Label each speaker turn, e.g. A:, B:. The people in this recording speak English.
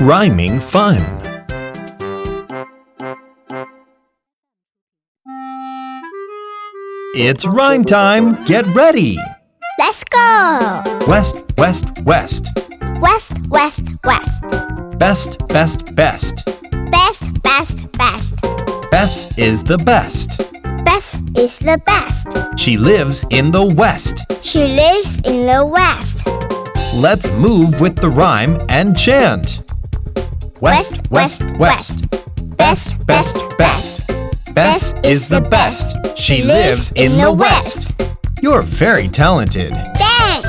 A: Rhyming fun. It's rhyme time. Get ready.
B: Let's go!
A: West, west, west.
B: West, west, west.
A: Best, best, best.
B: Best, best, best.
A: Bess is the best.
B: Best is the best.
A: She lives in the west.
B: She lives in the west.
A: Let's move with the rhyme and chant.
B: West, west, west. Best, best, best.
A: Best is the best. She lives in the west. You're very talented.
B: Thanks!